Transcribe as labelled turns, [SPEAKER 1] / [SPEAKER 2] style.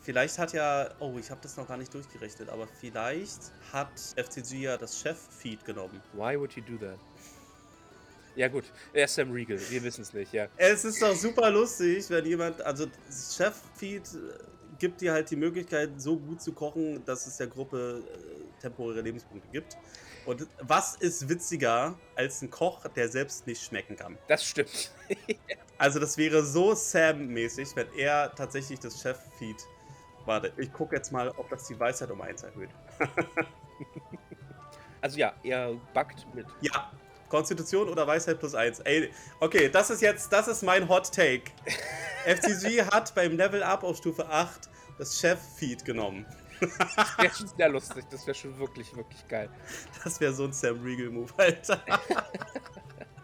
[SPEAKER 1] Vielleicht hat ja, oh, ich habe das noch gar nicht durchgerechnet, aber vielleicht hat FCG ja das Chef-Feed genommen.
[SPEAKER 2] Why would you do that? Ja gut, er ist Sam Riegel, wir wissen es nicht, ja.
[SPEAKER 1] Es ist doch super lustig, wenn jemand, also das Chef-Feed äh, gibt dir halt die Möglichkeit, so gut zu kochen, dass es der Gruppe äh, temporäre Lebenspunkte gibt. Und was ist witziger als ein Koch, der selbst nicht schmecken kann?
[SPEAKER 2] Das stimmt.
[SPEAKER 1] Also das wäre so Sam-mäßig, wenn er tatsächlich das Chef-Feed. Warte, ich gucke jetzt mal, ob das die Weisheit um eins erhöht.
[SPEAKER 2] also ja, er backt mit.
[SPEAKER 1] Ja, Konstitution oder Weisheit plus 1. Ey, okay, das ist jetzt, das ist mein Hot Take. FCG hat beim Level Up auf Stufe 8 das Chef-Feed genommen.
[SPEAKER 2] Das wäre schon sehr lustig, das wäre schon wirklich, wirklich geil.
[SPEAKER 1] Das wäre so ein Sam Riegel-Move, Alter.